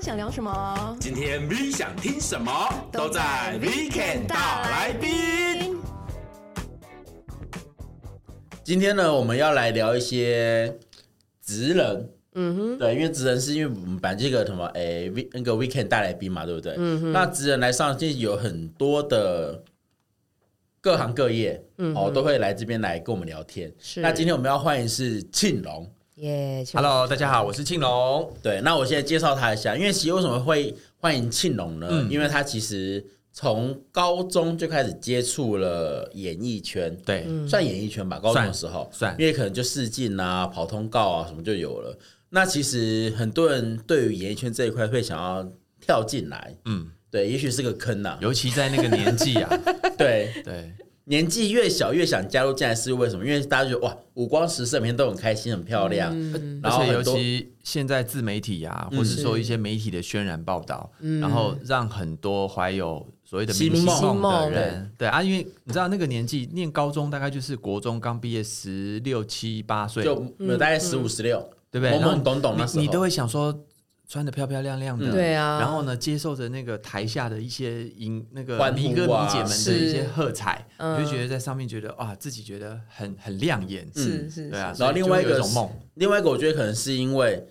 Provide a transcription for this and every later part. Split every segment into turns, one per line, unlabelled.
想聊什么？
今天 V 想听什么都在 Weekend 大来宾。今天呢，我们要来聊一些职人。
嗯哼，
对，因为职人是因为我们本来这个什么，诶、w e 那个 weekend 大来宾嘛，对不对？
嗯
那职人来上，就有很多的各行各业，
嗯
哦，都会来这边来跟我们聊天。
是
那今天我们要欢迎是庆龙，
耶
Hello，大家好，我是庆龙。
对，那我现在介绍他一下，因为其实为什么会欢迎庆龙呢？
嗯
因为他其实从高中就开始接触了演艺圈，
对，
算演艺圈吧，高中的时候
算
因为可能就试镜啊、跑通告啊什么就有了。那其实很多人对于演艺圈这一块会想要跳进来，
嗯，
对，也许是个坑呐、
尤其在那个年纪 啊，
对，
对，
年纪越小越想加入进来是为什么？因为大家觉得哇，五光十色，每天都很开心、很漂亮，
而
然后
且尤
很多
其现在自媒体啊，
嗯
或者说一些媒体的渲染报道，然后让很多怀有所谓的
星
明星
梦
梦的
对
人，对啊，因为你知道那个年纪，念高中大概就是国中刚毕业十六七八岁，
就
对
有大概十五、十六，
不对？
懵
然后
懵懂懂那时候嗯
你你都会想说。穿的漂漂亮亮的，
对啊
然后呢，接受着那个台下的一些迎那个
欢呼啊
迷哥迷姐们的一些
是
喝彩，
嗯
你就觉得在上面觉得啊，自己觉得很很亮眼，
是是
对啊，
是
所
然
以
后另外一
就
个
有种
是
梦，
另外一个我觉得可能是因为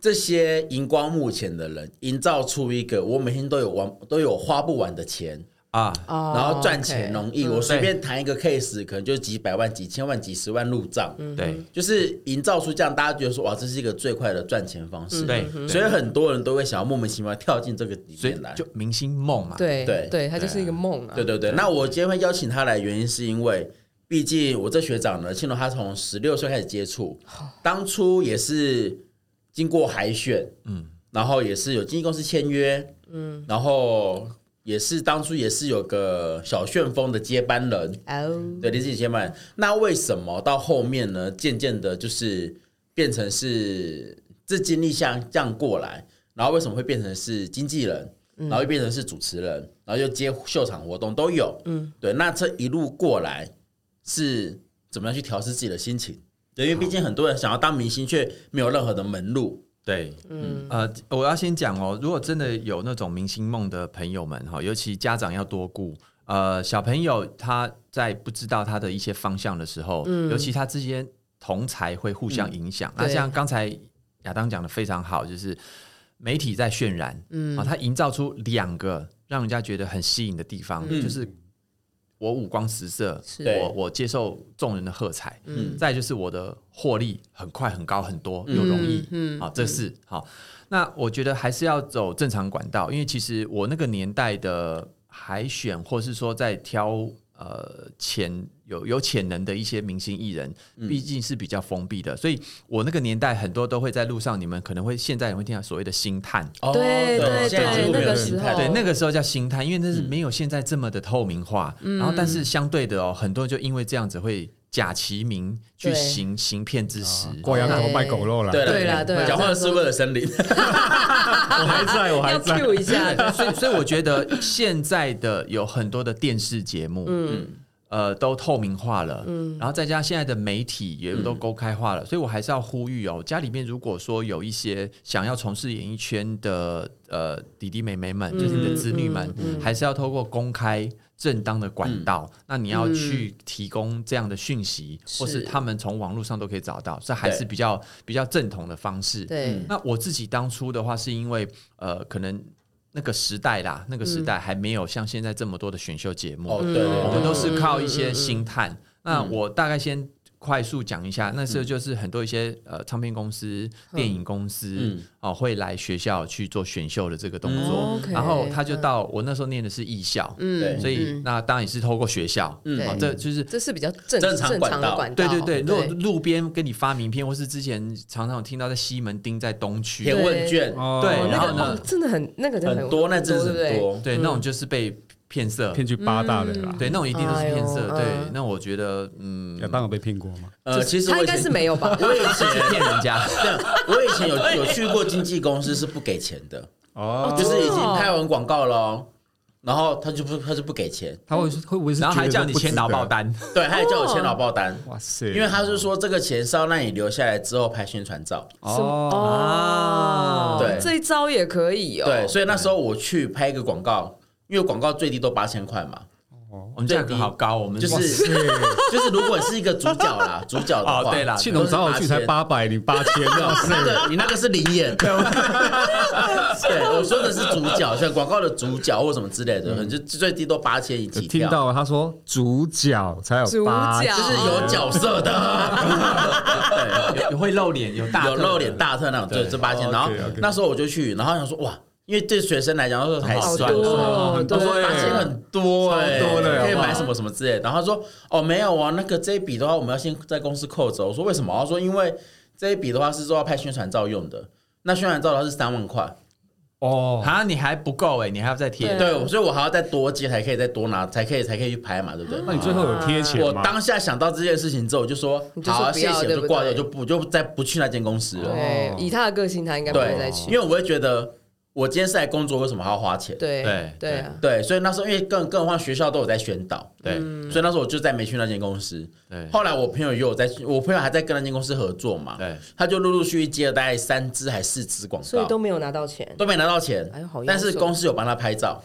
这些荧光幕前的人营造出一个我每天都有玩都有花不完的钱，
啊，
哦
然后赚钱容易，我随
对
便谈一个 case 可能就几百万、几千万、几十万入账，
对
就是营造出这样，大家觉得说哇，这是一个最快的赚钱方式。
对，
所以很多人都会想要莫名其妙跳进这个里
所以
面来。
就明星梦嘛，
对
对
对，它就是一个梦啊。
对对对，那我今天会邀请他来，原因是因为，毕竟我这学长呢，庆龙他从十六岁开始接触，当初也是经过海选，嗯
嗯，
然后也是有经纪公司签约，嗯，然后也是当初也是有个小旋风的接班人，
哦，
对，林志颖接班人。那为什么到后面呢，渐渐的就是变成是这经历像这样过来，然后为什么会变成是经纪人，
嗯
然后又变成是主持人，然后又接秀场活动都有，嗯，对。那这一路过来是怎么样去调试自己的心情？对，因为毕竟很多人想要当明星，却没有任何的门路。
对，嗯，呃，我要先讲哦，如果真的有那种明星梦的朋友们哈，尤其家长要多顾。呃，小朋友他在不知道他的一些方向的时候，
嗯
尤其他之间同才会互相影响。那
对
像刚才亚当讲的非常好，就是媒体在渲染，嗯，啊，他营造出两个让人家觉得很吸引的地方，就是我五光十色，
嗯是
对
我我接受众人的喝彩，
嗯
嗯，再就是我的获利很快、很高、很多又容易，嗯，好、这是好、那我觉得还是要走正常管道，因为其实我那个年代的海选，或是说在挑呃潜有有潜能的一些明星艺人，毕竟是比较封闭的，所以我那个年代很多都会在路上，你们可能会现在也会听到所谓的星探。
哦
对对
现在
对
几乎没
那
有
个
心
时
态
候
对，那个时候叫星探，因为那是没有现在这么的透明化。然后，但是相对的哦，很多人就因为这样子会假其名去
对
行行骗之实。
挂羊头卖狗肉啦。
对
对啦
了
对啦
讲话是为了森林，
我还在，我
啊
还
要
在。
Q 一 下，
所以，所以我觉得现在的有很多的电视节目，嗯，呃，都透明化了，嗯，然后再加上现在的媒体也都公开化了，所以我还是要呼吁哦，家里面如果说有一些想要从事演艺圈的呃弟弟妹妹们，就是你的子女们，还是要透过公开。正当的管道，那你要去提供这样的讯息，或是
是
他们从网络上都可以找到，这还是
对
比较比较正统的方式。
嗯
对，
那我自己当初的话，是因为呃，可能那个时代啦，那个
嗯
时代还没有像现在这么多的选秀节目，
哦对对嗯
我
对
们都是靠一
嗯
些星探。那我大概先快速讲一下，那
嗯
时候就是很多一些呃唱片公司、电影公司
嗯
哦、会来学校去做选秀的这个动
嗯
作，
OK，
然后他就
嗯
到我那时候念的是艺校，
对
嗯，
所以那当然也是透过学校，
嗯
哦
对，
这就是
这是比较正
正常管道
的管
对
道，
对对，如果路边跟你发名片，或是之前常常有听到在西门町、在东区，
填问卷
哦
对
哦
然后
那
呢
个哦真的很那个真的
很多，那
很
真的是
对
很
不对
多，
对，那种就是被骗色，
骗去八大的啦。
对，那种一定都是骗色。
哎呦嗯
对，那我觉得， 嗯，
亚当有被骗过吗？
呃，其实我
他应
以
该
前
是没有 吧？
我以
是
前
骗人家。
我以前有有去过经纪公司是不给钱的，
哦，
就是已
真
经
的哦
拍完广告了哦，然后他就不他就不给钱，
他会会不会是
然后还
觉
叫
得
你
不值
签劳
得
报？单，
对，他也叫我签
哦
劳报单，
哇塞！
因为他是说这个钱是要让你留下来之后拍宣传照，
哦，
哦
哦
啊对，对
这一招也可以哦。
对，所以那时候我去拍一个广告，因为广告最低都八千块嘛，
我们价格好高，我们
就
哇
是就是如果是一个主角啦，主角的
哦
话，
对啦
庆农找我去才八百，你八千，哇塞！
那个你那个是灵眼， 对，我说的是主角，像广告的主角或什么之类的，可能就最低都八千一
有
起
听
跳，
到他说主角才有
主
八
角
千，
就是有角色 的，
有有会露脸，有大
对，有
特
露脸大特那种，对，这八千。
哦
然后
OK，OK
那时候我就去，然后想说哇。因为对学生来讲，他说还
好
算
多
了，
哦，
很
对
多
我说八千很多哎、
超多的
可以
好不好
买什么什么之类的。然后他说哦没有啊，那个这一笔的话我们要先在公司扣走。我说为什么？他说因为这一笔的话是说要拍宣传照用的，那宣传照的话是三万块，
哦，
啊，你还不够哎，你还要再贴
对。
对，所以我还要再多接，才可以再多拿，才可以才可以去拍嘛，对不
啊
对？
那你最后有贴钱
我
吗？
当下想到这件事情之后，我就说
你就说
好、啊，
不
谢
要
谢，我
对
就
不
挂掉，
对
就不就再不去那间公司了。
对
哦，
以他的个性，他应该不会再
对，因
去。
为我会觉得我今天是来工作，为什么还要花钱？
对
对
对啊，
对，所以那时候因为更更何况学校都有在宣导，
嗯
对
所以那时候我就再没去那间公司。
对
后来我朋友也有在，我朋友还在跟那间公司合作嘛，
对，
他就陆陆续续接了大概三支还四支广
所以
告，
都没有拿到钱。
都没拿到钱
哎呦好，
但是
优秀
公司有帮他拍照，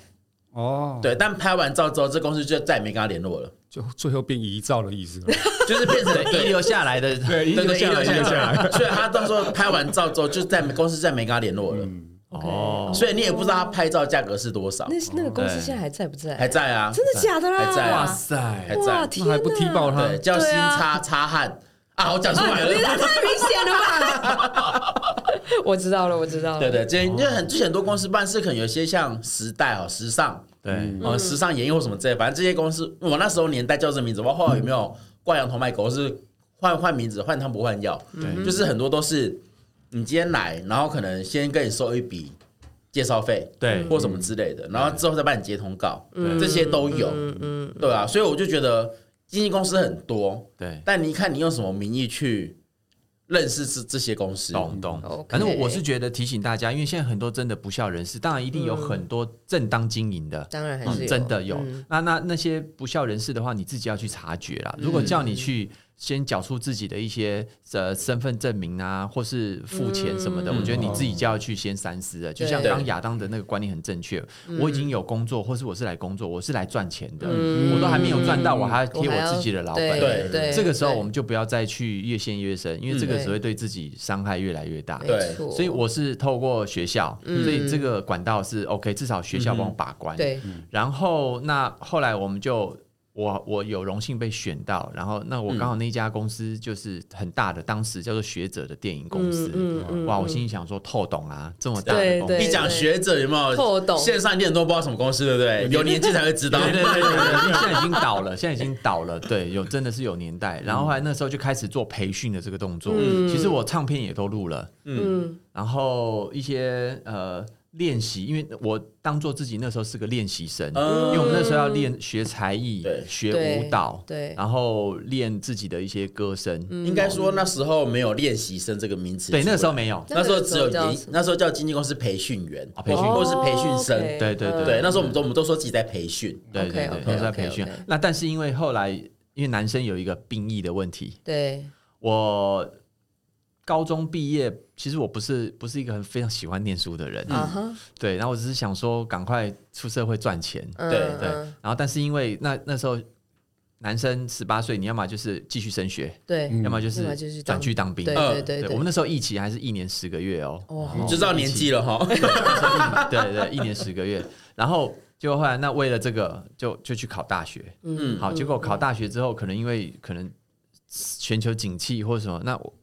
哦，
对，但拍完照之后，这公司就再也没跟他联络了，
就最后变遗照的意思了。
就是变成
遗留下来的，
对，遗
对
留
对，遗
下
留
来，遗
下
留下来。
来。所以他到时候拍完照之后，就再没公司再没跟他联络了，
哦
所以你也不知道他拍照价格是多少
那，那个公司
对
现在还在不在？
还在啊？
真的假的啦？
还在
哇
啊？
塞
还，在
哇天
那还不踢爆他
对，叫新
对啊
擦擦汗啊！我讲出
啊
来
你
了。
那太明显了吧？我知道了，我知道了。
对
哦
对，今天就很之前很多公司办事，可能有些像时代哦、时尚
对
哦、时尚演艺或什么之类，反正这些公司，我那时候年代叫这名字，包括有没有挂羊头卖狗，或是换换名字，换汤不换药，
对
就是很多都是你今天来，然后可能先跟你收一笔介绍费，
对
或什么之类的，然后之后再帮你接通告，
嗯
这些都有，对啊，所以我就觉得经纪公司很多，
对，
但你看你用什么名义去认识这这些公司，
懂懂。
OK
反正我我是觉得提醒大家，因为现在很多真的不孝人士，当然一定有很多正当经营的，
当然还是有
真的有。
嗯
那那那些不孝人士的话，你自己要去察觉啦。如果叫你去先缴出自己的一些呃身份证明啊，或是付钱什么的，我觉得你自己就要去先三思了。就像
嗯对
刚亚当的那个观念很正确，我已经有工作，或是我是来工作，我是来赚钱的，
嗯
我都还没有赚到，我还要贴
我还要
我自己的老
对
本。
对
对，
这个时候
对
我们就不要再去越陷越深，因为这个
嗯
只会对自己伤害越来越大。
对
没错
所以我是透过学校，所以这个管道是 OK，至少学校帮我把关。
嗯对
然后那后来我们就我我有荣幸被选到，然后那我
嗯
刚好那一家公司就是很大的，当时叫做学者的电影公司。
嗯嗯
哇，我心里想说透懂啊，这么大的
对
公司。
对
一讲学者有没有？
透懂
线上一定很多不知道什么公司，对不对？有年纪才会知道。
对对对对对，因为现在已 经倒了，现在已经倒了。对，有真的是有年代。然后后来那时候就开始做培训的这个动作。其实我唱片也都录了，
嗯
然后一些呃练习，因为我当做自己那时候是个练习生，因
嗯
为我们那时候要练学才艺
对、
学舞蹈，
对对嗯
然后练自己的一些歌声。
应该说那时候没有练习生这个名词出来，
对，那时候没有。
那时候只有
那个时候叫
研
什么，
那时候叫经纪公司培训员，
啊培训员
或是培训
哦
生。
，OK
对对对
对，那时候我们都我们都说自己在培训，
对对
OK，OK，
对，那时候在
OK，OK，
培训
OK。
那但是因为后来，因为男生有一个兵役的问题，
对
我高中毕业，其实我不是不是一个很非常喜欢念书的人，
啊哈，
对，然后我只是想说赶快出社会赚钱，
嗯
对
对，
嗯
然后但是因为那那时候男生十八岁，你要么就是继续升学，
对，
要么就
嗯要么
是
就是当
转去当兵，
对
呃
对对
嗯我们那时候疫情还是一年十个月哦，
哦
你就知道年纪了哈。
对对对，一年十个月，然后。结果后来，那为了这个，就就去考大学。
嗯
好，结果考大学之后，可能因为可能全球景气或什么，那我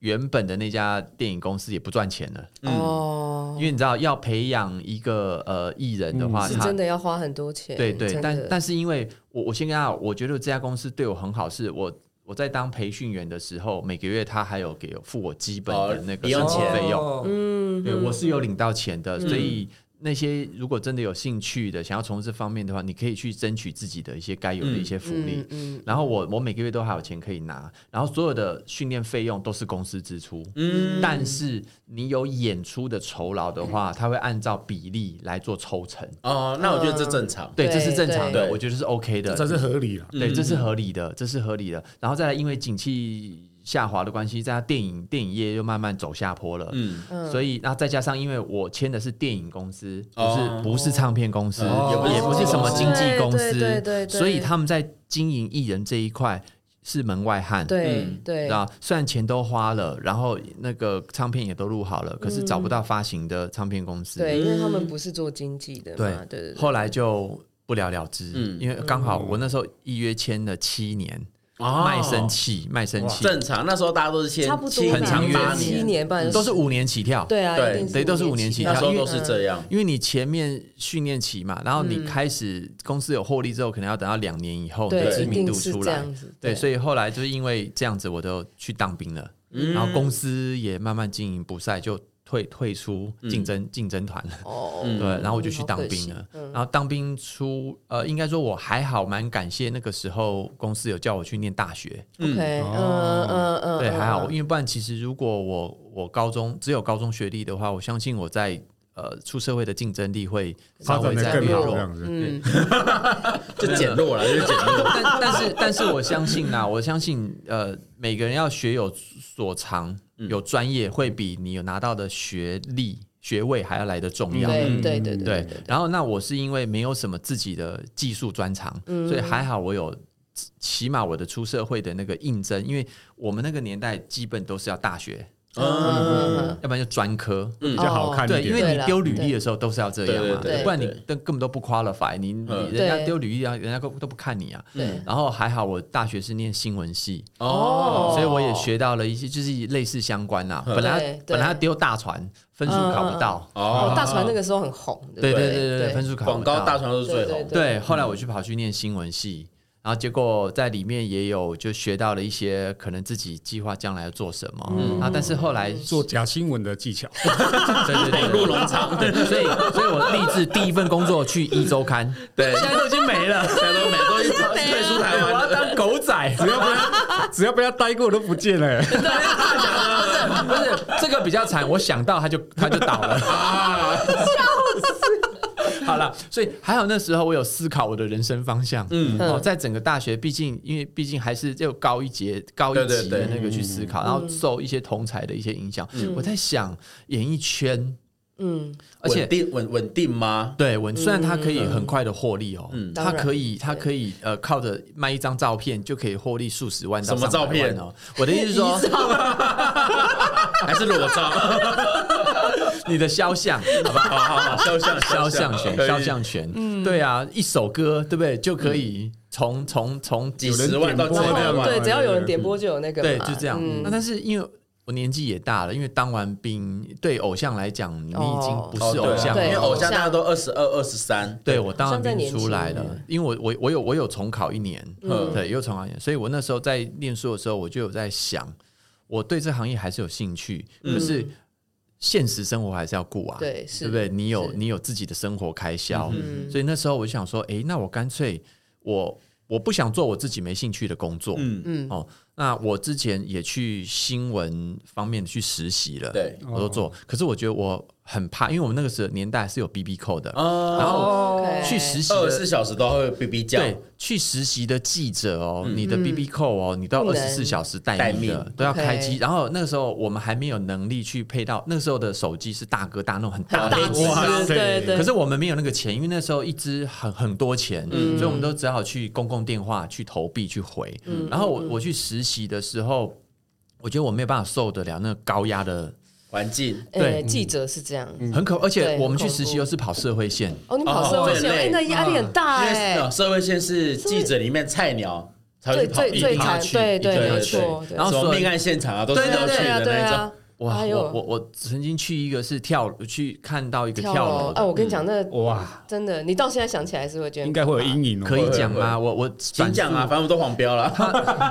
原本的那家电影公司也不赚钱了。
哦
嗯因，为你知道要培养一个呃艺人的
嗯
话，
是
他
真的要花很多钱，
对对，
真
但
的
但是因为我我先跟他，我觉得这家公司对我很好，是我我在当培训员的时候，每个月他还有给付我基本的那
哦
个
零
生
用
活
钱
费用，
用，
嗯
对我是有领到钱的，所以。那些如果真的有兴趣的，想要从事这方面的话，你可以去争取自己的一些该有的一些福利。
嗯嗯
然后我我每个月都还有钱可以拿，然后所有的训练费用都是公司支出。
嗯，
但是你有演出的酬劳的话，他会按照比例来做抽成，
哦，那我觉得这正常。
对，
对
这是正常的，
对
我觉得是 OK
这
的，
才是合理了。
对，这是合理的，这是合理的。然后再来，因为景气下滑的关系，在他电影电影业又慢慢走下坡了。
嗯，
嗯
所以，那再加上，因为我签的是电影公司，不是、
哦
不是唱片公司，
哦
也不也不是什么经纪公司，
对对对对对
所以他们在经营艺人这一块是门外汉。
对
嗯
对
啊，虽然钱都花了，然后那个唱片也都录好了，可是找不到发行的唱片公
嗯
司，
对，因为他们不是做经济的嘛，对对对，
后来就不了了之。
嗯
因为刚好我那时候一约签了七年，
哦
卖身契，卖身契
正常，那时候大家都是签
差不多
七
吧
很长
八
约
七
年，
年半
都是五年起跳。
对啊，
对
一定
对都是五年起
起
跳
那时
跳，
候都是这样。
因为你前面训练期嘛，然后
嗯
你开始公司有获利之后，可能要等到两年以后你的
对，
知
一
名
定
度
是
出
这
来。
样子，
对，所以后来就是因为这样子，我都去当兵了，然后公司也慢慢经营不善，就退退出竞争竞争团了。
哦，
嗯
对，然后我就去当兵
好
了
可惜。嗯
然后当兵出，呃，应该说我还好，蛮感谢那个时候公司有叫我去念大学。
OK，嗯
哦
嗯嗯，
对，
嗯
还好，
嗯
因为不然其实如果我我高中只有高中学历的话，我相信我在呃出社会的竞争力会稍
发
微
展的
再
更
略
好
弱
这。样子。
嗯，
呃
就减弱了，就减弱。
但但是但是我相信啦，我相信呃每个人要学有所长，
嗯
有专业会比你有拿到的学历学位还要来的重要。
嗯对对对
对，然后那我是因为没有什么自己的技术专长，
嗯
所以还好我有起码我的出社会的那个应征，因为我们那个年代基本都是要大学，
嗯，
要不然就专科。
比较好看一
对，
点。
因为
对
你
啦
丢履历的时候都是要这样嘛，
对
对对
不然你
对
根根本都不 qualify，你你
嗯
人家
对
丢履历啊，人家都都不看你啊。
对
然后还好我大学是念新闻系，
哦
所以我也学到了一些就是类似相关啦。本
对
来
对嗯
本来要丢大船，分数考不到，
哦，
嗯哦，
大船那个时候很红，
对
不
对
对
对对，分数考
广
不
告
到。
大船都是最
对
红
对。
对，后来我去跑去念新闻系，然后结果在里面也有就学到了一些可能自己计划将来要做什
嗯
么啊，但是后来
做假新闻的技巧，
对对对，入农场，对，所以所以我立志第一份工作去一周刊，
对
现在都已经没了，
现在都美都已经退出台湾
我要
了。
当狗仔，
只要被他只要被他待过都不见了。欸
不是这个比较惨，我想到他就他就倒了，好了，所以还好那时候我有思考我的人生方向，嗯，哦，在整个大学，毕竟因为毕竟还是就高一节高一级的那个去思考，然后受一些同才的一些影响，我在想演艺圈，
嗯，
而且
稳定稳稳定吗？
对，我虽然他可以很快的获利哦，
嗯
他
嗯当然
可以，他可以呃，靠着卖一张照片就可以获利数十万到
什么
上百万
照
哦。我的意思是 说，
还是裸照？
你的 肖像，好吧，
好好好，肖像
肖像权，肖像权，
嗯
对啊，一首歌，对不对？就可以从从从
嗯几十万到几
有人
百
点播
万
的。
对，只要有人点播就有那个嘛，
对，就这样。
嗯
那但是因为我年纪也大了，因为当完兵，对偶像来讲，你已经
哦
不
哦
是
对
偶像
因为
对
了。
偶像大家都二十二、二十三。
对我当
像在
完兵
年
出
轻
来
一
了
点，
因为我我我有我有重考一年，
嗯
对，又重考一年，所以我那时候在念书的时候，我就有在想，我对这行业还是有兴趣，可是现实生活还是要顾啊，
嗯对是
对不对？你有
是嗯
你有自己的生活开销，所以那时候我就想说，诶，那我干脆我我不想做我自己没兴趣的工作，
嗯，
嗯
哦，那我之前也去新闻方面去实习了，
对哦
我都做，可是我觉得我很怕，因为我们那个时候年代是有 B B 扣的，
啊，
然后
，OK
去实习
二
的
十四小时都会哔哔叫。
对，去实习的记者哦，你的 B B 扣哦，你都要
嗯不
二
能
十四小时待命
嗯待
的
命，
都要开
OK
机。然后那个时候我们还没有能力去配到，那个时候的手机是大哥大那种很
很
大的
大
黑
只
机。
哇
对对对，
可是我们没有那个钱，因为那时候一支很很多钱，
嗯
所以我们都只好去公共电话去投币去回。
嗯
然后我我去实习的时候，我觉得我没有办法受得了那个高压的，
环境，
呃
对
记者是这样，
嗯
很可，而且
对
我们去
很恐
实习
怖
又是跑社会线，
哦，你跑社会线，
哦
哎，那压力很大
因为
哎
呃，社会线是记者里面菜鸟才会
最最
去跑
最
一定要
惨，
去
对
一定要
没
去
错，对
然后
什么
所以
命案现场啊，都是
对对
要去
对啊
的
对
那
啊
种。，
哇，
哎呦
我我我曾经去一个是跳去看到一个跳
楼
楼，嗯
哎，我跟你讲，那
哇，
真的，你到现在想起来是会觉得
应该会有阴 影哦。
可以讲
会会
吗？我我
请讲啊，反，正我们都黄标了。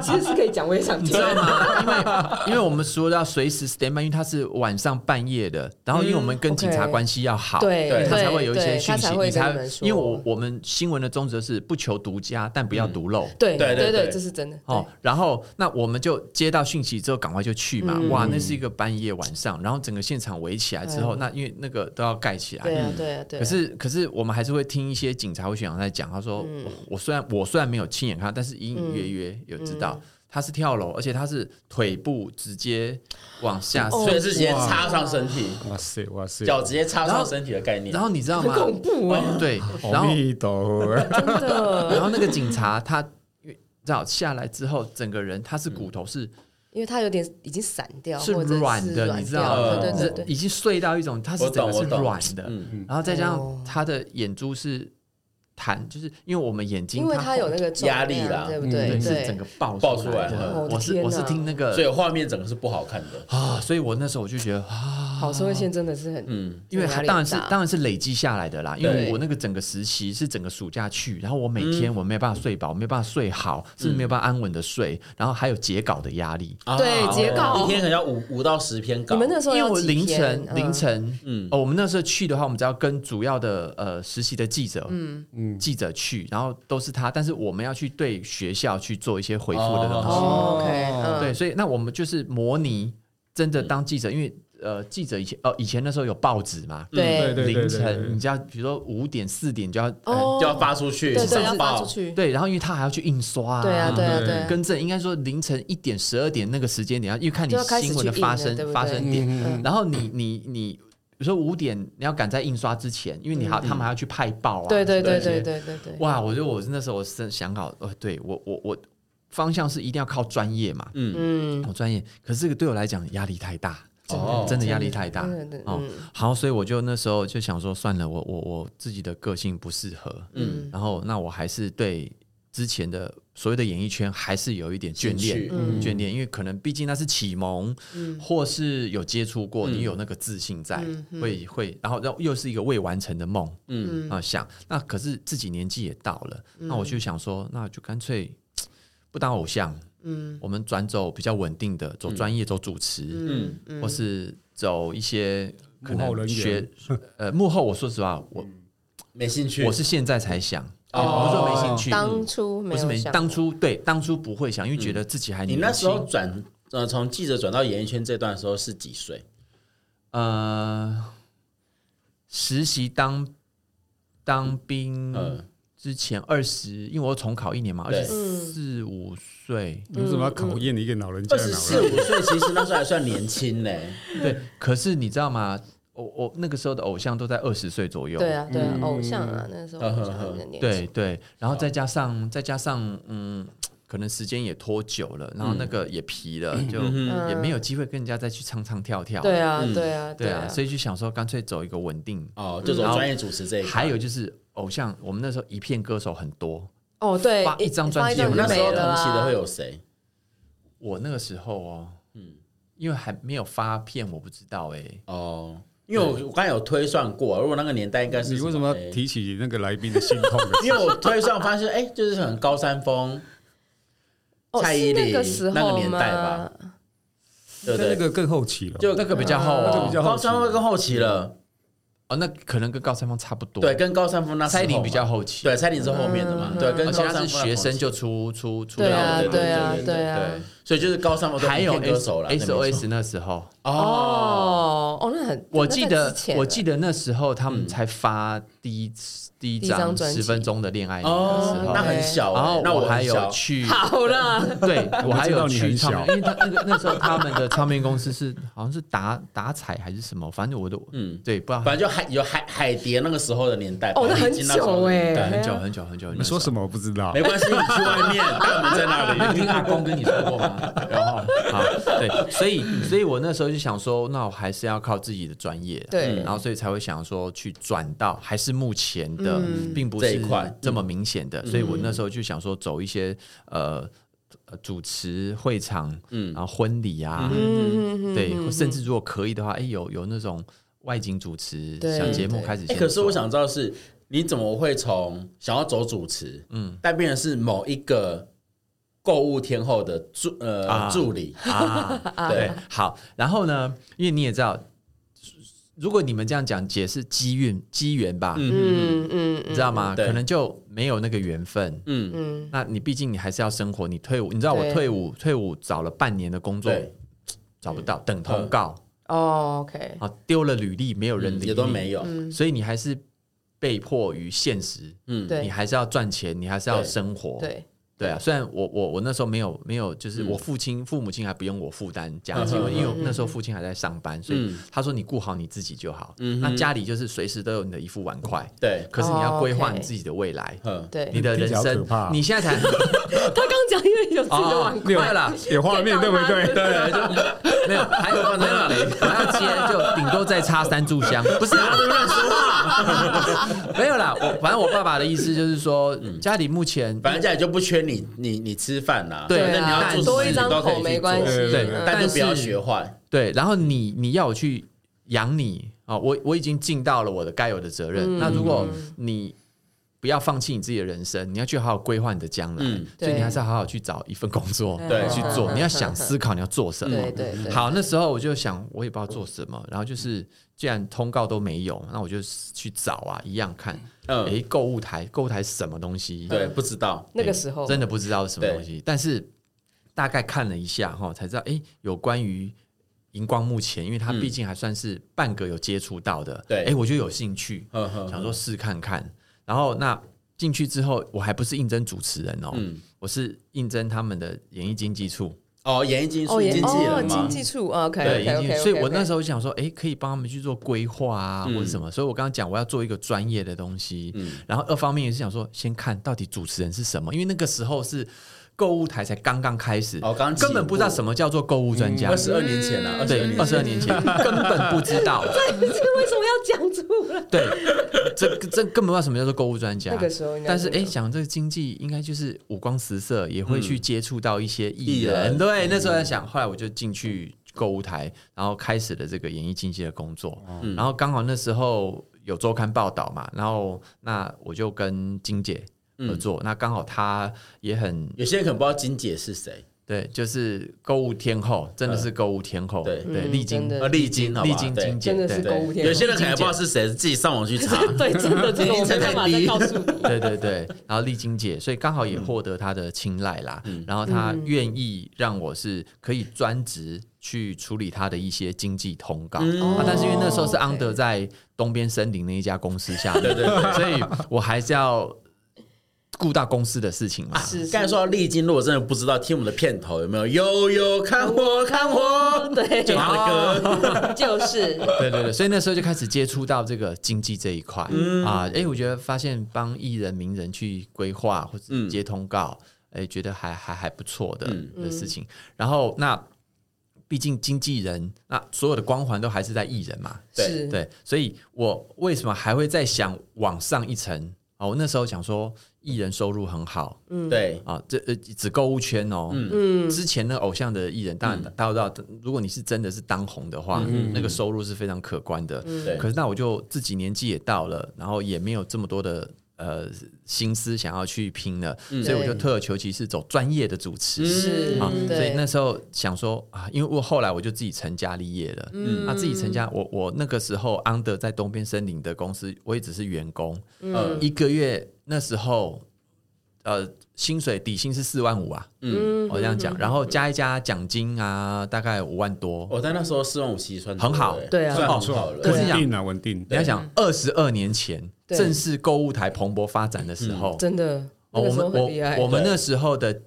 其实是可以讲，我也想
你
听
知，道吗？ 因为因为我们说要随时 stand by，因为他是晚上半夜的，然后因为我们跟警察
嗯 OK
关系要好，
对
对
他
对
才会有一些
对
讯
他
息，
才
你
会跟
才
你们说，
因为我我们新闻的宗旨是不求独家，但不要独漏。
对
对对
对
对
这是真的
哦，然后那我们就接到讯息之后，赶快就去嘛。
嗯
哇，那是一个半夜晚上，然后整个现场围起来之后，那因为那个都要盖起来，
嗯对啊对啊对啊，
嗯可是，可是我们还是会听一些
嗯嗯
警察或巡长在讲，他说：“我我虽然我虽然没有亲眼看到，但是隐隐约约有知道。他是跳楼，而且他是腿部直接往下
哦
所
摔。
以是直接插上身体，
哇塞哇塞，
脚直接插上身体的概念
然。后你知道吗？哦
很恐怖哎、
对，然
阿
后
弥陀佛，
真的，
然后那个警察他因为你知道下来之后，整个人他是骨头是
因为它有点已经散掉，
是
嗯或者
软
是
的，
软
你知道
掉
吗
了？对对对
是
对，
已经碎到一种，它是
我
整
懂
个是
我懂
软的，
嗯
然后再加
哦
上他的眼珠是弹，就是因为我们眼睛
因为它有那个重量
压力啦
对不
嗯对
对？
是整个爆
爆
出
出来
的
的
哦我的
我是
天
我是
哪
听那个
所以画面整个是不好看的。
啊，所以我那时候我就觉得啊，
好社会线真的是很，
嗯，
因为
压
它
力
当然
很
是
大
当然是累积下来的啦，因
对嗯
为我那个整个时期是整个暑假去，然后我每天我没有办法睡饱，没有办法睡好，甚至没有办法安稳的睡，然后还有截稿的压力，
啊
对截稿
一天可能要五五到十篇稿。
你们那时候
因为
要
我
几
凌
天
晨
嗯
凌晨，
嗯
嗯，哦，我们那时候去的话，我们只要跟主要的呃实习的记者，嗯嗯，记者去，然后都是他，但是我们要去对学校去做一些回复的东西，
哦，OK，嗯
对，所以那我们就是模拟真的当记者，因为呃，记者以前呃以前那时候有报纸嘛，
对
对对
凌
对对
晨你就要比如说五点四点就要呃
哦，
就要发出去，
对对
上
要发
报
出去，
对，然后因为他还要去印刷啊，
对啊对啊
嗯
对啊，
更正应该说凌晨一点、十二点那个时间点，要因为看你
就要开始
新闻的
去印
发
了
生
对不
发
对
生点，
嗯，
然后你你你，比如说五点你要赶在印刷之前，因为你还、
嗯
他们还要去派报啊，
对对
什么
对
这些
对。对对对，
哇，我觉得我是那时候我是想好，呃，对我我我方向是一定要靠专业嘛，
嗯，
我哦专业，可是这个对我来讲压力太大，
哦
真的压力太大
真的
哦。好，所以我就那时候就想说，算了，我我我自己的个性不适合，嗯，然后那我还是对之前的所谓的演艺圈还是有一点眷
兴趣
恋，眷恋，因为可能毕竟那是启蒙，或是有接触过，你有那个自信在，会会，然后然后又是一个未完成的梦，嗯啊、想那可是自己年纪也到了，那我就想说，那就干脆不当偶像。嗯，我们转走比较稳定的，走专业，走主持，
嗯
嗯，或是走一些可
幕后
能
人
学
员
呃幕后。我说实话，我
嗯没兴趣。
我是现在才想，
哦
我说没兴趣，
当初没
不是
有
没
想过，
当初对当初不会想，因为觉得自己还
嗯你
年
那时候
轻。
转呃从记者转到演艺圈这段时候是几岁？
呃，实习当当兵
嗯
之前二十，因为我重考一年嘛，二
对
十四五岁。
你为什么要考验一个老人家
二
的
十
脑
四
力？
五岁，其实那时候还算年轻嘞。
对，可是你知道吗？我我那个时候的偶像都在二十岁左右。
对啊对啊，偶像啊，那时候偶
呵呵呵
像的年纪，
对对，然后再加上再加上嗯，可能时间也拖久了，然后那个也疲了，就
哼
也没有机会跟人家再去唱唱跳跳。
对啊对啊
对
啊
啊，，所以就想说干脆走一个稳定。
哦，就走
嗯
专业主持这一块。
还有就是偶像，我们那时候一片歌手很多，
哦对
发，一张专辑
发一
你
就
那时
没
候
了啊啦
同期的会有谁？
我那个时候哦，嗯，因为还没有发片，我不知道哎、
哦，因为我我刚才有推算过，如果那个年代应该是
你为什么
哎
要提起那个来宾的心痛的事？
因为我推算发现，哎，就是可能高山峰、
哦
蔡
是
依
那
林
个时候
那个年代吧
吗，
对不
那
对？
个更后期了，
就
那个比较厚
那
个
哦
比，较后期
高山峰跟后期了，
哦，那可能跟高山峰差不多。
对，，跟高山峰那时候
嗯蔡依林
嘛
比较，后期，
对，，蔡依林是后面的嘛，对，跟
嗯
高
而且
山
他
峰
是学生
同期，
就出出出道
对啊
了，
对啊
对对
对啊
对，
所以就是高山峰都
还有
一片歌手了
S O S 那时候，
哦，
哦哦那很，
我记得我记
得
得那时候他们才发第一、第一
第一张
张
专辑
十分钟的恋爱你的时
哦
候，，
那很小
然
哎
后，
那
我
很
还有
小
去，
好了，
对我还有
我知道你很
去唱片，
小
因为他那个那时候他们的唱片公司是好像是达达彩还是什么，反正我都嗯对，不知道
反正就海有海海蝶那个时候的年代，
哦那很
已经那时欸候
久
的年
哎
代
很久很久很久。
你说什么我不知 道
没，关系，你去外面， 大门在那里。
么？你阿公跟你说过吗？ 然后好，对，所以所以我那时候就想说，那我还是要靠自己的专业，
对
嗯
然后所以才会想说去转到还是目前的，
嗯
并不
这
是
一块嗯
这么明显的，所以我那时候就想说走一些呃呃主持会场，嗯，然后婚礼啊，
嗯，
对，或甚至如果可以的话，哎，有有那种外景主持
对
小节目
对
开始
哎
先做，
可是我想知道是，你怎么会从想要走主持，嗯，但变成是某一个购物天后的助呃
啊
助理？
啊，对，好，然后呢，因为你也知道。如果你们这样讲解释机运机缘吧，
嗯嗯
你知道吗？
对
可能就没有那个缘分。
嗯，
嗯，
那你毕竟你还是要生活，你退伍，你知道我
对
退伍退伍找了半年的工作
对，嗯
找不到，等通告
哦，OK，
啊，丢了履历没有人理你
嗯也都没有，
所以你还是被迫于现实，
嗯，
对
你还是要赚钱，你还是要
对
生活，
对，
对啊，虽然我我我那时候没有没有，
嗯
就是我父亲、父母亲还不用我负担家计，因为
嗯
我那时候父亲还在上班，所
嗯
以他说你顾好你自己就好。那家里就是随时都有你的一副碗筷，
对，
可是你
哦
要规划
OK
你自己的未来，
嗯，
对，
你的人
听起来好可
生
怕哦。
你现在才
他刚讲因为有自己的碗
没有
筷
啦，
有画面对不对？
对，就
没有，还有放在那里，我要接就顶多再插三炷香，不是啊，乱说话， 没有啦，我反正我爸爸的意思就是说，家里目前
反正家里就不缺你，你你吃饭啦，
对
那你
啊
要做
多
事
一
情
张
你都可以
口
去
没
做
关系
对对对
嗯
但就不要
但是
学坏，
对，然后你你要我去养你啊、我我已经尽到了我的该有的责任。那如果你不要放弃你自己的人生，你要去好好规划你的将来，
嗯
所以
对
你还是要好好去找一份工作
对
去
嗯嗯
做。
嗯
你要
嗯
想
嗯
思考你要做什么。
对对对，
好，那时候我就想，我也不知道做什么，然后就是既然通告都没有，那我就去找啊，一样看，
嗯
诶，购物台，购物台什么东西？
对，不知道，
那个时候
真
的
的不知道是什么东西，但是大概看了一下哈，才知道哎、诶有关于荧光幕前，因为它
嗯
毕竟还算是半个有接触到的，
对嗯
哎、我就有兴趣，
呵呵，
想说试看看。然后那进去之后，我还不是应征主持人哦，
嗯，
我是应征他们的演艺经济处，
哦，演艺经
哦
术
也
经纪
哦
人
经
嘛，
济处，OK
演
OK
艺经
OK，
济，所以我那时
候
候就想说，哎、可以帮他们去做规划啊，
嗯
或者什么。所以我刚刚讲，我要做一个专业的东西，
嗯
然后二方面也是想说，先看到底主持人是什么，因为那个时候是购物台才刚刚开始，
哦刚起
根本不知道
步
什么叫做购物专家。
二十二年前啊，22
对，
年
二十二年前根本不 知道，
为什么要讲出来？
对，这这根本不知道什么叫做购物专家
那。个时候应该
但是
没
哎，
有
想这个经济应该就是五光十色，也会去接触到一些
嗯艺
艺
人嗯
人。对，那时候在想，后来我就进去购物台，然后开始了这个演艺经济的工作。
哦
然后刚好那时候有周刊报道嘛，然后那我就跟金姐
嗯
合作，那刚好她也很
有些人可能不知道金姐是谁，
对，就是购物天后，真的是购物天后，
嗯对
对，
嗯
历经
真的
呃，历经，好吧
历经
对
金姐，
真的是
对
购物天后
有些人可能还不知道是谁，自己上网去查。
对，真的，这个我没办法再告诉你。
对对对，然后丽晶姐，所以刚好也获得她的青睐啦。
嗯
然后她
嗯
愿意让我是可以专职去处理她的一些经济通告、
嗯
啊，但是因为那时候是
哦
安德
OK
在东边森林那一家公司下面，
对对对
所以我还是要顾到公司的事情
啊
嘛。
是
刚才说到历经，如果真的不知道听我们的片头有没有？悠悠看我看我，
对，
就他的歌，
就是
对对对，所以那时候就开始接触到这个经济这一块、啊，哎，我觉得发现帮艺人、名人去规划或者接通告，哎、觉得还还还不错的、
嗯
的事情。然后那毕竟经纪人，那所有的光环都还是在艺人嘛，
对
是，
对，所以我为什么还会再想往上一层？哦，我那时候想说艺人收入很好，
嗯
对，
啊，这呃只购物圈哦，之前那个偶像的艺人，当然大家都知道，如果你是真的是当红的话，那个收入是非常可观的。
对
可是那我就自己年纪也到了，然后也没有这么多的。呃，心思想要去拼了，所以我就退而求其次，走专业的主持。
是
啊，
嗯
所以
对
那时候想说啊，因为我后来我就自己成家立业了，嗯，那自己成家，我我那个时候安德在东边森林的公司，我也只是员工，
嗯
一个月那时候呃薪水底薪是四万五啊，
嗯，
我这样讲，然后加一加奖金啊，大概五万多，
我在哦那时候四万五其实算
很好
多的
对啊
算
哦
很好了。
可
对
是你
稳
想，
定啊，稳定。
你要想二十二年前
对
正是购物台蓬勃发展的时候，
真的，那个
哦，我
时候
们
很厉害
我我们那时候的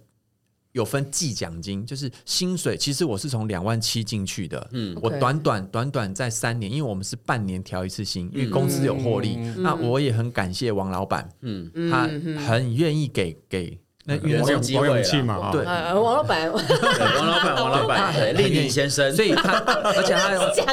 有分季奖金，就是薪水。其实我是从两万七进去的，嗯，我
OK
短短短短在三年，因为我们是半年调一次
嗯
薪，因为公司有获利。
嗯
那我也很感谢王老板，
嗯，
他很愿意给给那因为那
我嗯
时
有
候
机
我
会啦
勇气嘛啊，
对
啊，王老板
对王老板，王老
啊
板， 对呃丽丽先生，
所以他而且他有
讲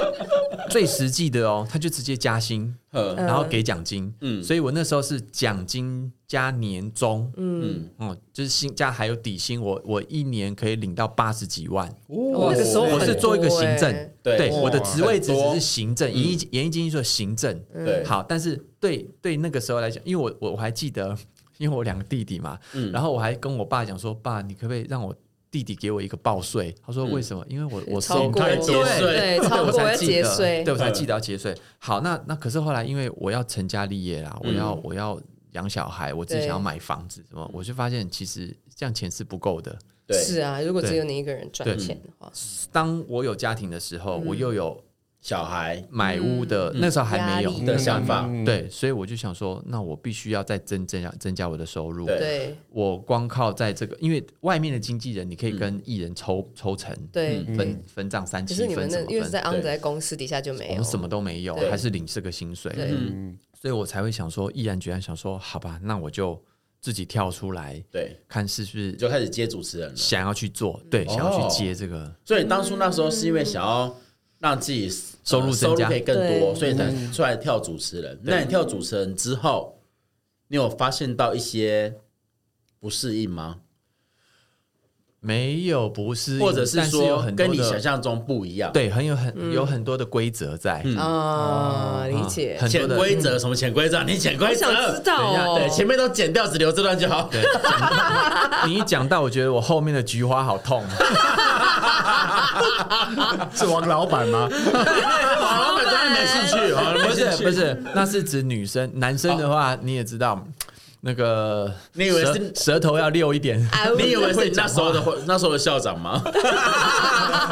最实际的哦，他就直接加薪，
嗯
然后给奖金。
嗯
嗯，所以我那时候是奖金加年终，嗯嗯，就是薪加还有底薪，我我一年可以领到八十几万。
哇那个时候
我是做一个行
很多
政
欸，
对
对，
哇
我的职位只
很多
是行政，演艺演艺经济的行政。
嗯
对，
好，但是对对那个时候来讲，因为我我我还记得，因为我两个弟弟嘛，
嗯
然后我还跟我爸讲说，爸，你可不可以让我弟弟给我一个报税？他说为什么？因为我我
超
收
过
太多了
对，
对
超
我
过
才
要
记
节
得
税
对，我才记得要节税。好，那那可是后来因为我要成家立业啦，我要我要养小孩，我自己
对
想要买房子，什么，我就发现其实这样钱是不够的。
对，
是啊，如果只
对
有你一个人赚
对
钱的话，嗯
当我有家庭的时候，我又有
小孩
买屋的、那时候还没
压
有
力
嗯
的想法，
对，所以我就想说，那我必须要再增增加增加我的收入。
对
对
我光靠在这个，因为外面的经纪人，你可以跟艺人抽、抽成，
对，
嗯分分账三
可
七
是你们
分
那
什么
因为是在
分，
昂在公司底下就
我
没有
们什么都没有
对，
还是领这个薪水，
对
所以我才会想说，毅然决然想说，好吧，那我就自己跳出来，
对，
看是不
你
是
就哦开始接主持人了。
想要去做，对，想要去接这个，
所以当初那时候是因为想要让自己
嗯收入
呃
增
收入
加
可以更多，
对
所以才出来跳主持人。那你跳主持人之后，你有发现到一些不适应吗？
没有不是，
或者
但是有
说
很多
跟你
的
想象中不一样？，
对，很有很有很多的规则在，
嗯
啊，理解。
很
潜
多的
规则什么潜规则？你潜
我
规则
想？知道哦，
对，前面都剪掉，只留这段就好。
对，讲到你一讲到，我觉得我后面的菊花好 痛。
是王老板吗？
好，反正没兴趣，好
不
没
是
兴趣
不是，那是指女生，男生的话你也知道，那个
你以为
舌
是
舌头要溜 一点。
哎
你以为是你
我
那时候的会那时候的校长吗？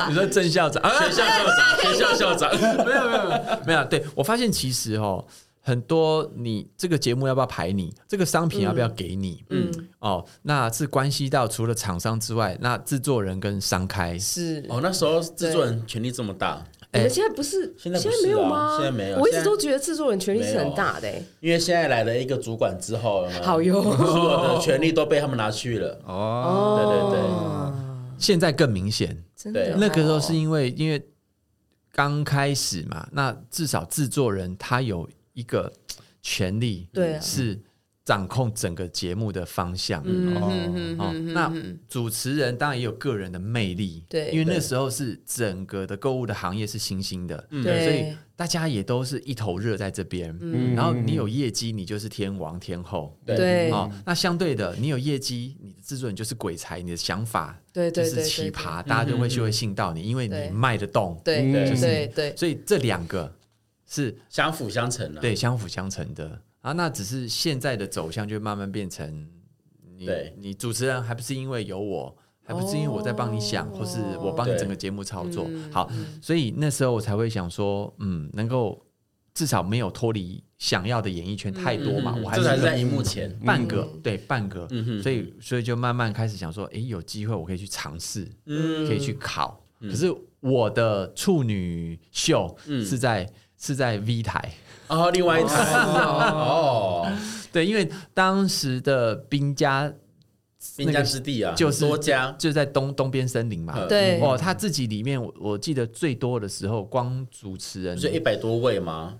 你说郑校长啊？
学校校长，学校校 长，
没有没有没有 没有，对我发现其实哦。很多你这个节目要不要排你，这个商品要不要给你，嗯哦，那是关系到除了厂商之外，那制作人跟商开
是
哦，那时候制作人权力这么大，
你们现在不是
现在不是啊
没有吗？
现在没有
我一
现
直
在
都觉得制作人权力是很大的欸，
因为现在来了一个主管之后，有没有
好哟。
所有的权利都被他们拿去了。
哦，
哦，
现在更明显，
真的
对
哦
那个时候是因为因为刚开始嘛，那至少制作人他有一个权利，
对啊
是掌控整个节目的方向。
嗯
哦
哼哼
哦
哼，
那
哼
主持人当然也有个人的魅力，
对
因为那
对
时候是整个的购物的行业是新兴的，
对嗯
所以大家也都是一头热在这边，然后你有业绩，你就是天王天后，
对
对
哦，那相对的，你有业绩，你的制作人就是鬼才，你的想法
对
就
对
是
对
奇
对嗯
葩，大家就会就会信到你，因为
对
你卖得动。
对
嗯
对
就是
对对，
所以这两个是
相辅相成啊。
对相辅相成的啊。那只是现在的走向就慢慢变成你
对
你主持人还不是因为有我，还不是因为我在帮你想，
哦
或是我帮你
对
整个节目操作
嗯
好。所以那时候我才会想说，嗯，能够至少没有脱离想要的演艺圈太多嘛，
嗯
我还
这才
是
是在荧幕前。
半个，对半个，
嗯哼
所以所以就慢慢开始想说，诶，有机会我可以去尝试，
嗯
可以去考。可是我的处女秀
嗯
是在、是在 V 台，
然后另外一
哦
台哦，
对，因为当时的兵家
兵家之地啊，
就是
多家，
就在东东边森林嘛
嗯，
对
哦，他自己里面我我记得最多的时候，光主持人
不是一百多位吗？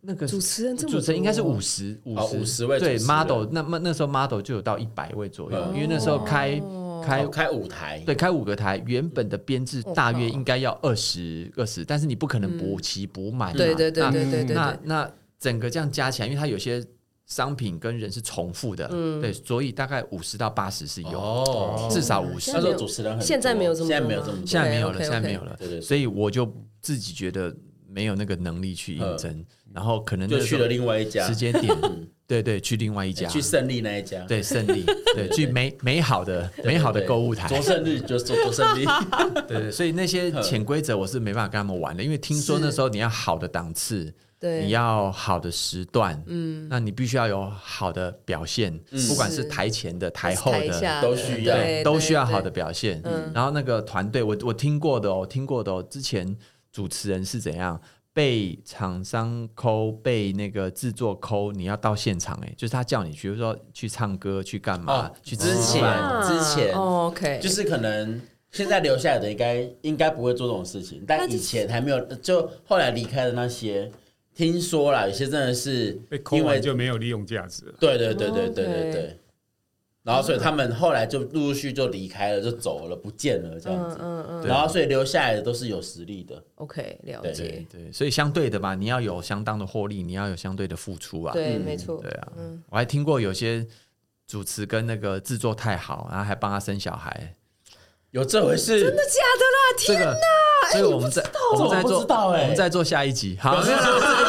那个
主持人这么
主持人应该是
多啊
五十五
哦
十
50位
对
主持人
model 那么那时候 model 就有到一百位左右，
嗯
因为那时候开开
哦开五台，
对，开五个台，原本的编制大约应该要二十二十，但是你不可能补齐补满嘛。
嗯对对对
那
对对对
那
对
那整个这样加起来，因为它有些商品跟人是重复的，对，所以大概五十到八十是有，
哦，
至少五十
现在
那
没有
时候主持人很多，啊
现在没有这么多啊
现在没有这么
吗
多
现在没有了，
OK，OK，OK
现在没有了
对对，对
所以我就自己觉得没有那个能力去应征，然后可能那
嗯就
个
去了另外一家嗯
时，间点，对对，去另外一家
去胜利那一家，
对 胜利，对去美美好的
对，
美好的
对
购 物台，
卓胜利就是卓卓胜利，
对对，所以那些潜规则我是没办法跟他们玩的，因为听说那时候你要好的档次，
对
你要好的时段，嗯，那你必须要有好的表现，不管是台前的、台后
台下
的，
都需要
对
都需要好。
对
的
对嗯
表现。然后那个团队，我我听过的哦，听过的哦，之前主持人是怎样。被厂商抠，被那个制作抠，你要到现场哎、就是他叫你，比如说去唱歌，去干嘛，
哦
去
之
吃
前
饭
啊
之前
哦 OK，
就是可能现在留下来的应该应该不会做这种事情，
那
但
就是
以前还没有，就后来离开的那些，听说啦，有些真的是
被抠
因为
完就没有利用价值了。
对对对对对对
OK
对，然后所以他们后来就陆陆续就离开了，就走了，不见了这样
嗯
子。
嗯嗯
然后所以留下来的都是有实力的，
OK，了
对
解，
对，所以相对的嘛，你要有相当的获利，你要有相对的付出啊。
对，没错
对，啊，
嗯
我还听过有些主持跟那个制作太好，然后还帮他生小孩。
有这回事？真的
假的啦，
这个，这个我们在我们在
哎这我不知道
做，
欸
我们在做下一集。好，
这个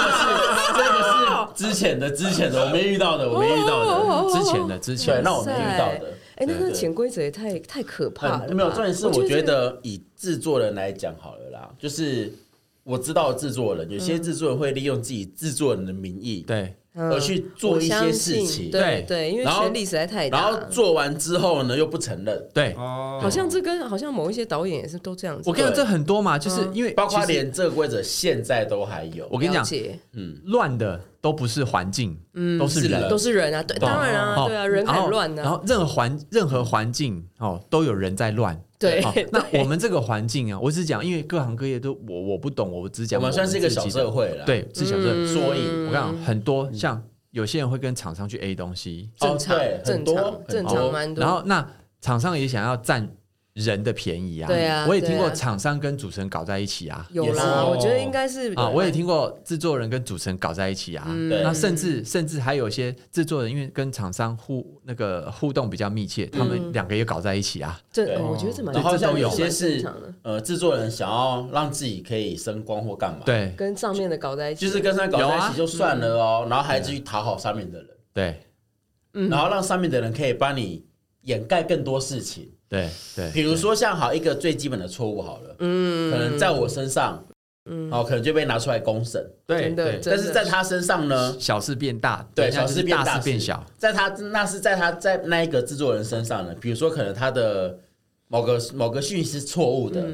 是这个是之前的之前的，我没遇到的，我没遇到的。
之前的之
对，
前
那我没遇到的。
哎，那
对
那
对
潜规则也太太可怕了吧。
很没有，重点是我觉
这个
得以制作人来讲好了啦，就是我知道的制作人，有些制作人会利用自己制作人的名义，
对
嗯
而去做一些事
我相信
情，
对
对
对，因为
然后
权力实在太
然
大
后
了。
做完之后呢又不承认，
对，
哦
好像这跟好像某一些导演也是都这样子。
我跟你讲
对嗯
这很多嘛，就是因为
包括
其实
连这个规则现在都还有。
我跟
了
你讲，
解
乱的都不是环境，都是
嗯是
人
人。
都是人啊，对，
懂
当然啊，
哦
对啊，人
然
很
后
乱
然
啊，
后哦任何环任何环境哦，都有人在乱。
对
哦
对
那我们这个环境啊，我只讲，因为各行各业都我我不懂，我只讲
我们算是一个小社
会，
会啊嗯了，
对，是小社
嗯
会。
缩影。
我跟你讲，很多像有些人会跟厂商去 A 东西，
正常
哦对
正
很多
常
很
正
多
常蛮多。
然后那厂商也想要占人的便宜啊。
对啊
我也听过
对啊
厂商跟主持人搞在一起啊。
有
也是
啦，
有
我觉得应该是
啊，我也听过制作人跟主持人搞在一起啊，
嗯
对
那甚至甚至还有一些制作人，因为跟厂商互那个互动比较密切，
嗯
他们两个也搞在一起啊。
这
对，
我觉得这蛮
然后
这
像
都
有
蛮
些
正
是
常的
呃，制作人想要让自己可以升官或干嘛，，
对
跟上面的搞在一起，
就是跟他搞
有
在一
啊
起就算了哦，然后还去讨好上面的人，
对
然后让上面的人可以帮你掩盖更多事情，
对对，
比如说像好一个最基本的错误好了，
嗯，
可能在我身上，嗯，好，可能就被拿出来公审，
对
真的
对，
真
但是在他身上呢，
小事变大，
对，
等一下
小
就是
事变
大
大
事变小，，
在他那是在他在那一个制作人身上呢，比如说可能他的某个某个讯息是错误的，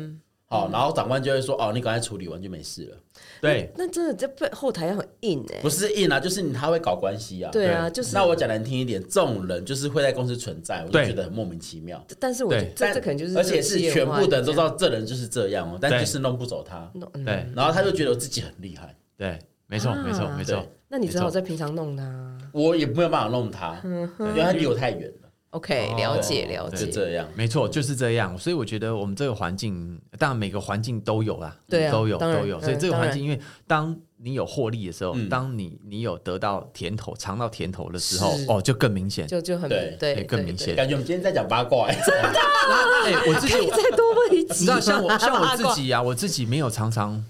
好，然后长官就会说哦，你赶快处理完就没事了，
对
那真的这背后台要很硬哎
不，是硬啊，就是你他会搞关系啊，
对啊，就是
那我讲难听一点，这种人就是会在公司存在，我就
对
觉得很莫名其妙。
但是我觉得
对
这
但
这可能就是
而
这
且是
个企业
全部的人都知
文化
道这人就是这样哦，但就是弄不走他，
弄嗯
对
然后他就觉得自己很厉害，
对，没错
啊
没错没错
对，
那你只
没
好
错
在平常弄他啊。
我也没有办法弄他，
嗯
因为他离我太远了，
哦
OK，了解了
就
解，
这样。
没错就是这样。所以我觉得我们这个环境，当然每个环境都有啦，
对啊
都有
当然
都有。
嗯
所以这个
当然
环境，因为当你有获利的时候，
嗯
当你你有得到甜头、尝到甜头的时候，
是
哦，就更明显。
就就很
对
对，
也更
对
明
对
显
感觉我们今天在讲八卦、欸，
哎，我自己
可以再多问一
你
集
知
吗
道，像我 像我自，己啊，我自己没有常常，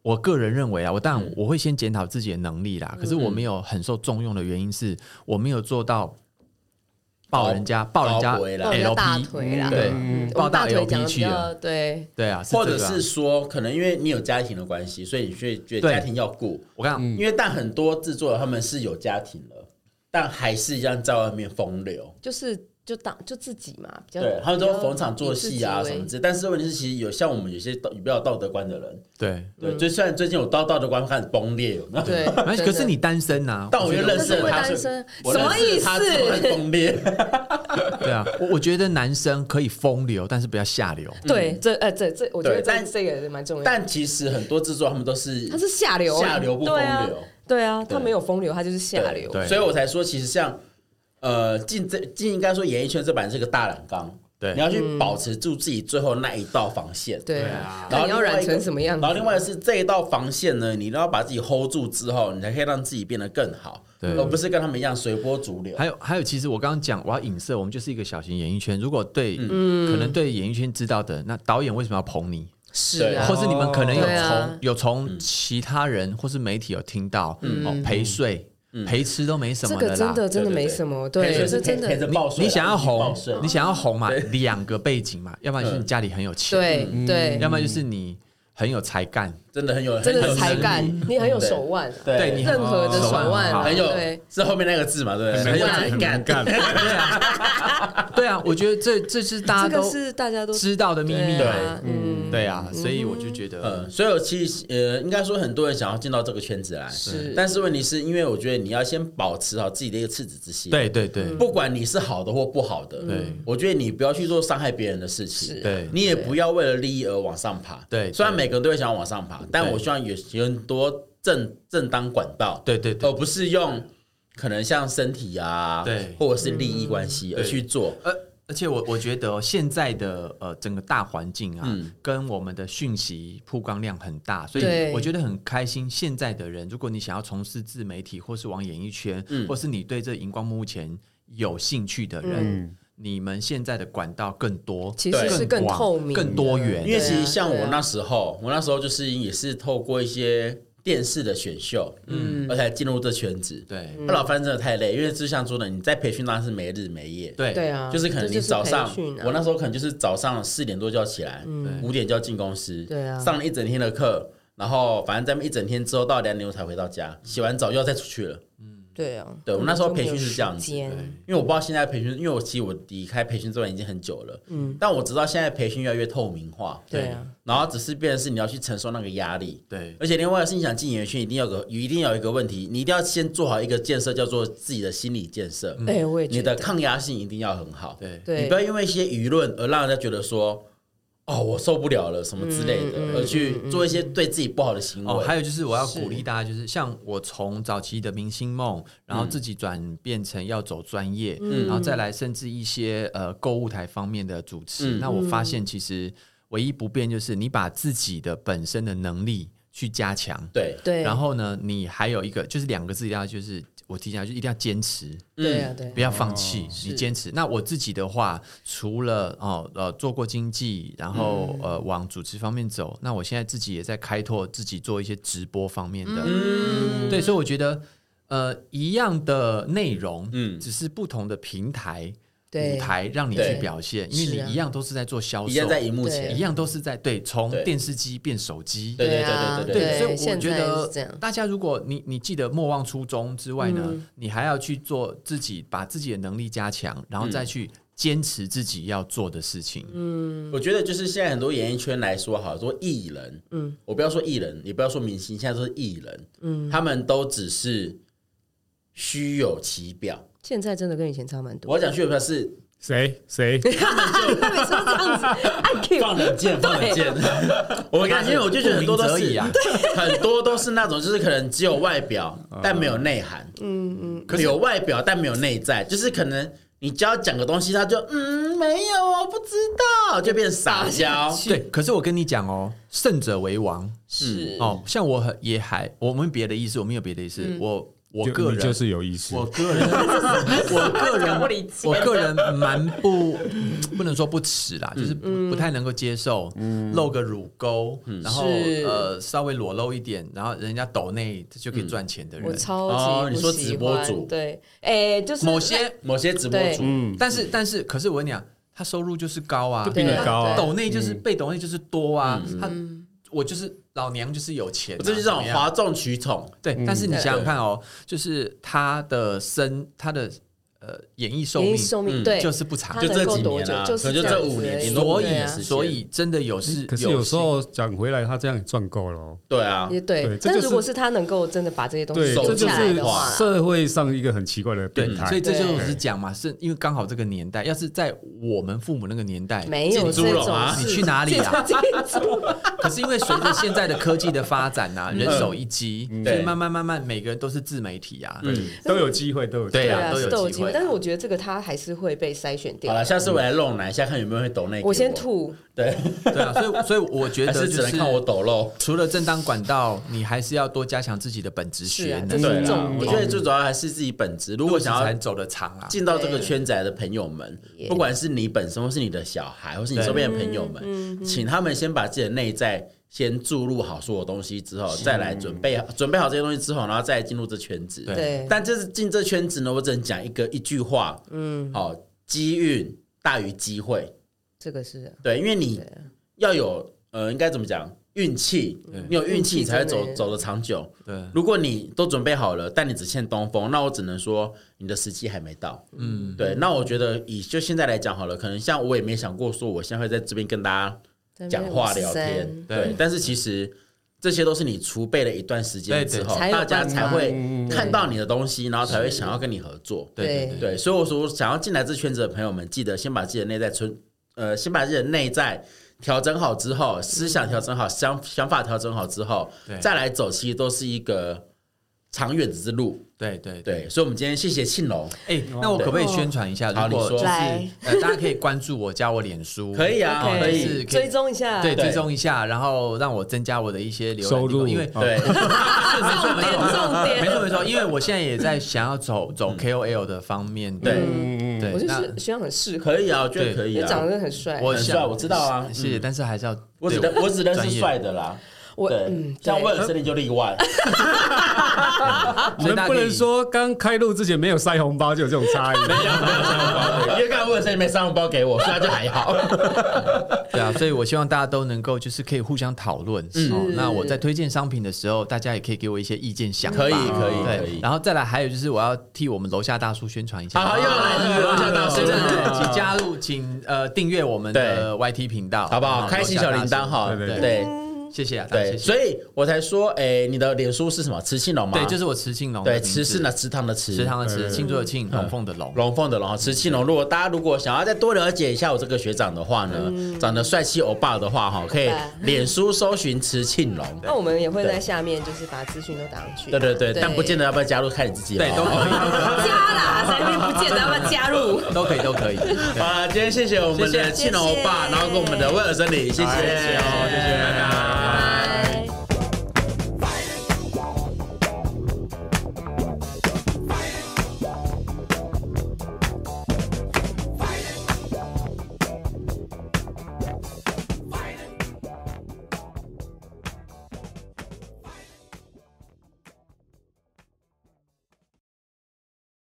我个人认为啊，我
嗯
当然我会先检讨自己的能力啦。可
嗯
是我没有很受重用的原因是我没有做到抱人家抱人家
抱回 来
抱人家哦大
LP，
腿啦，
对
嗯我
抱
们
大
大腿讲
LP
的比
去了，
较对，
对啊，
或
这
者
个啊
是说，可能因为你有家庭的关系，所以你却觉得
对嗯
家庭要顾。
我刚
因为但很多制作人他们是有家庭了，但还是一样在外面风流。
就是就当就自己嘛，比较
对，他们
比
都
较
逢场作
以自己
戏啊
为
什么之类。但是问题是，其实有像我们有些道比较有道德观的人，
对，
对，就虽然最近有道道德观开始崩裂，有没有？
嗯对，
反正
真
哎
的
可是你单身呐，
但我
觉
就
得
但
认识
是
了
会
他，
单身，
我
什么
认识
意
他之后才
思？
崩裂？
对啊，我我觉得男生可以风流，但是不要下流。
对，这呃这这，我觉得
嗯对
这
但
这个也蛮重要。
但其实很多制作他们都是
他是下流啊，
下流不风
对啊
流，
对啊，
对
他没有风流，他就是下流。
对
所以我才说，其实像呃进这进应该说演艺圈这版是个大染缸，
对
你要去保持住自己最后那一道防线，
对
对
啊
啊，
看你
然
要
后另外一个
染成什么样子？
然后另外是这一道防线呢，你都要把自己 hold 住之后，你才可以让自己变得更好，
对
而不是跟他们一样随波逐流。
还有还有，其实我刚刚讲，我要影射，我们就是一个小型演艺圈。如果对，
嗯
可能对演艺圈知道的，那导演为什么要捧你？
是
对
啊，
或是你们可能有
对
从、
啊
有
嗯
从其他人或是媒体有听到，哦，陪睡、
嗯
陪吃都没什
这
么
个
的
真
啦。
的真的
对对对
没什么，对，
陪
这
着
真
陪陪
的
着啊报税啦
你想要
报啊
红
税，
你想要红嘛，两个背景
嗯
嘛，要不然就是你家里很有钱，，
对对，
嗯要么就是你很有才干，
真的很有
真的
很有
是才干
能力，
你很有手腕啊，
对你
对，
很
任何的手
哦手腕很
腕，啊
好
很有
对
是后面那个字嘛，对不对？
很
很有
能
才
很
干
能，干，
对啊，对啊，我觉得这这是大
这
家
个
都
是大家都
知道的秘密
对
嘛，
啊，嗯，
对啊，所以我就觉得，
嗯，所以我其实呃，应该说很多人想要进到这个圈子来，
是
但是问题是因为我觉得你要先保持好自己的一个赤子之心，，
对对对
不管你是好的或不好的，
对
我觉得你不要去做伤害别人的事
是
情，
对
你也不要为了利益而往上爬，
对
虽然
对
每个人都会想要往上爬，但
对
我希望有有很多正正当管道，
对对对，
而不是用可能像身体啊，
对
或者是利
嗯
益关系而
对
去做，
而而且我我觉得哦现在的呃整个大环境啊，
嗯
跟我们的讯息曝光量很大，所以
对
我觉得很开心。现在的人，如果你想要从事自媒体，或是往演艺圈，
嗯
或是你对这荧光幕前有兴趣的人，你们现在的管道更多，
其实是更
广
透明的、
更多元
因为其
对啊
实像
对
我
啊
那时候，我那时候就是也是透过一些电视的选秀，嗯，而才进入这圈子。
对
嗯
那老翻真的太累，因为就像说的，你在培训那是没日没夜。
对
对啊，
就是可能你
这
早上
培，训啊嗯
我那时候可能就是早上四点多就要起来，五点就要进公司，
对啊
上了一整天的课，然后反正咱们一整天之后到两点我才回到家，洗完澡又要再出去了。
对啊，
对我们那时候培训是这样子
根本就没有时间
因为我不知道现在培训，因为我其实我离开培训这段已经很久了，嗯，但我知道现在培训越来越透明化，
对啊，
然后只是变成是你要去承受那个压力，
对
而且另外是你想进演艺圈，一定要有个一定要有一个问题，你一定要先做好一个建设，叫做自己的心理建设，
哎，我也
你
觉
的
得，
抗压性一定要很好，
对
对，
你不要因为一些舆论而让人家觉得说。哦，我受不了了，什么之类的，
嗯
而去做一些对自己不好的行为。
哦，还有就是我要鼓励大家，就是像我从早期的明星梦，然后自己转变成要走专业，然后再来甚至一些呃购物台方面的主持。
嗯
那我发现其实唯一不变就是你把自己的本身的能力去加强，
对，
对，
然后呢，你还有一个就是两个字一定要就是我提醒大家，就一定要坚持。
对啊，对啊
不，要放
哦
弃，你坚持。那我自己的话，除了哦呃做过经济，然后、
嗯
呃往主持方面走，那我现在自己也在开拓自己做一些直播方面的，
嗯
对，所以我觉得呃一样的内容，
嗯
只是不同的平台。
对
舞台让你
对
去表现，因为
是啊
你一样都是在做销售，
一样在荧幕
对
前
一，样都是在对从
对
电视机变手机，
对对
啊，
对对
对，所以我
现
觉
在
得
是这样，嗯
大家如果你你记得莫忘初衷之外呢，你还要去做自己，把自己的能力加强，然后再去坚持自己要做的事情。
嗯
我觉得就是现在很多演艺圈来说，好说艺人，嗯，我不要说艺人，也不要说明星，现在都是艺人，嗯，他们都只是虚有其表。
现在真的跟以前差蛮多。
我要讲虚有其表是
谁谁
他每次 都这样子，按 Q，
放冷 箭，放冷箭。我感觉我就觉得很多都
不鸣则
是
已啊
很多都是那种就是可能只有外表但没有内涵，嗯嗯，有外表但没有内在，就是可能你只要讲个东西，他就嗯没有，我不知道，就变撒娇。
对，可是我跟你讲哦，胜者为王
嗯
是
哦。像我很也还我们别的意思，我们有别的意思。
嗯
我我
就
个
你
人
就是有意思
我，个人，我个人，我个人蛮不不能说不耻啦，就是
嗯
不不太能够接受
嗯
露个乳沟，然后
是
呃稍微裸露一点，然后人家抖内就
嗯
可以赚钱的
我
人。
超
哦
级
你
不
说
喜
直播
欢
主
对，哎，就是
某些，
某些直播
对
主，
但是但是，可是我跟你讲，他收入就是高啊
嗯就，比你
对嗯
高啊，嗯
抖内就是被抖内就是多啊，他我就是老娘就是有钱啊，
这就是这种
怎么样
哗众取宠。
对，
嗯
但是你
对
想想看哦，就是他的生，他的呃演艺寿
年
命
龄寿命
嗯
对，
就是不长
他，
就
能
这
够
几
多
年
久
啊
就是
可能就
这
这
样
五
子
年
而已
顶多
所
多
以
对啊
时间
所以真的有是，
嗯可是有时候讲回来，他这样也赚够了哦。
对啊，
也对
对，这
但
就
如果
是
是他能够真的把这些东西
对，
手
收
这
起
就
来
是
的话啦，
社会上一个很奇怪的
对
病，态
所以。这
对
就是讲嘛，是因为刚好这个年代，要是在我们父母那个年代，
没有这
进猪笼
种
啊
事
你去哪里啊？
进猪 笼
可是因为随着现在的科技的发展呐、啊，人手一机，所以
对
慢慢慢慢，每个人都是自媒体啊。
嗯，
都有机会，都有
对
对
啊
啊，
都有
是
机
机
会
会，
啊
但是我觉得这个他还是会被筛选掉
好。了，下次我
嗯
来露奶，下看有没有人会抖那。
啊我先，吐，
对，
对啊，所以所以我觉
还
得
是
就
只能
是
看我抖露。
除了正当管道，你还是要多加强自己的本职
是
学
啊，
能，
这
对
是
啦
重
我
点
觉。得最主要还是自己本职。如果想
才
要
走得长啊。
进到这个圈子来的朋友们，不管是你本身，或是你的小孩，或是你周边的朋友
嗯
们，请他们先把自己的内在先注入好所有东西之后，再来准备准备好这些东西之后，然后再进入这圈子。
对
对，
但这是进这圈子呢，我只能讲一个一句话，嗯，好，机运大于机会。
这个是
对，因为你
啊
要有呃，应该怎么讲？运气，你有嗯运气
运气
你才会
真的
走走得长久。
对，
如果你都准备好了，但你只欠东风，那我只能说你的时机还没到。嗯，对。那我觉得以就现在来讲好了，可能像我也没想过说我现在会在这边跟大家讲话聊天，
对
对。但是其实这些都是你储备了一段时间之后，
对对
大家才会
对
看到你的东西，然后才会想要跟你合作。
对对
对
对，所以我说想要进来这圈子的朋友们，记得先把自己的内在存，呃，先把自己的内在调整好之后，思想调整好，想想法调整好之后
对，
再来走，其实都是一个长远之路。
对对对。
对，所以我们今天谢谢庆龙，
哎、那我可不可以宣传一下？
哦好
如
你
果就
说
是
来
呃，大家可以关注我，加我脸书，
可以啊，
哦
可
但
以
是，
追踪一下，
对，
对
追踪一下，然后让我增加我的一些流
收入，
因为
哦
对，
是没错没
点重
错
点
没错没错，因为我现在也在想 要走走 KOL 的方面，
对
嗯嗯
对，
我就
那
是学长很适合，
可以啊，我觉得可以
因为长
啊
得。真的很帅。
我
很
想
帅我知道啊
谢谢，但是还是要
我只
对
能我只能
专
是
业
帅的啦，
我嗯
对，，像
对
威尔森林就例外，
所
你
以
们
大家
不
可以
能说刚开录之前没有塞红包就有这种 差异。
因为刚才威尔森林没上红包给我，所以他就还好。
对啊，所以我希望大家都能够就是可以互相讨论。
嗯
哦，那我在推荐商品的时候，大家也可以给我一些意见想法。哦
可以可以可
对，
以
然后再来还有就是我要替我们楼下大叔宣传一下。哦
好又来了楼下大叔
真的，请加入，请呃订阅我们的 YT 频道，
好不好？
嗯
开启小铃铛，哈，
对
对
对
对
谢谢啊，大家谢
对，
谢。
所以我才说，哎，你的脸书是什么？慈庆龙吗？
对，就是是我池庆龙的
对，
名
慈
字，
是呢，池塘的池，
池塘的池，
嗯
庆祝的庆，龙凤的龙。
龙凤的龙，慈庆龙。如果大家如果想要再多了解一下我这个学长的话
嗯
呢，长得帅气欧巴的话哈，可以脸书搜寻慈庆龙。
那我们也会在下面就是把资讯都打上去。
对对对，但不见得要不要加入，看你自己了
对，都
哦。
可以，
加啦，才会不见得要不要加入。
都可以，都可以。对
好了，今天谢谢我们的
谢谢
庆龙欧巴，
谢谢
然后跟我们的威尔森林，
谢谢
谢谢，哦谢谢，拜拜。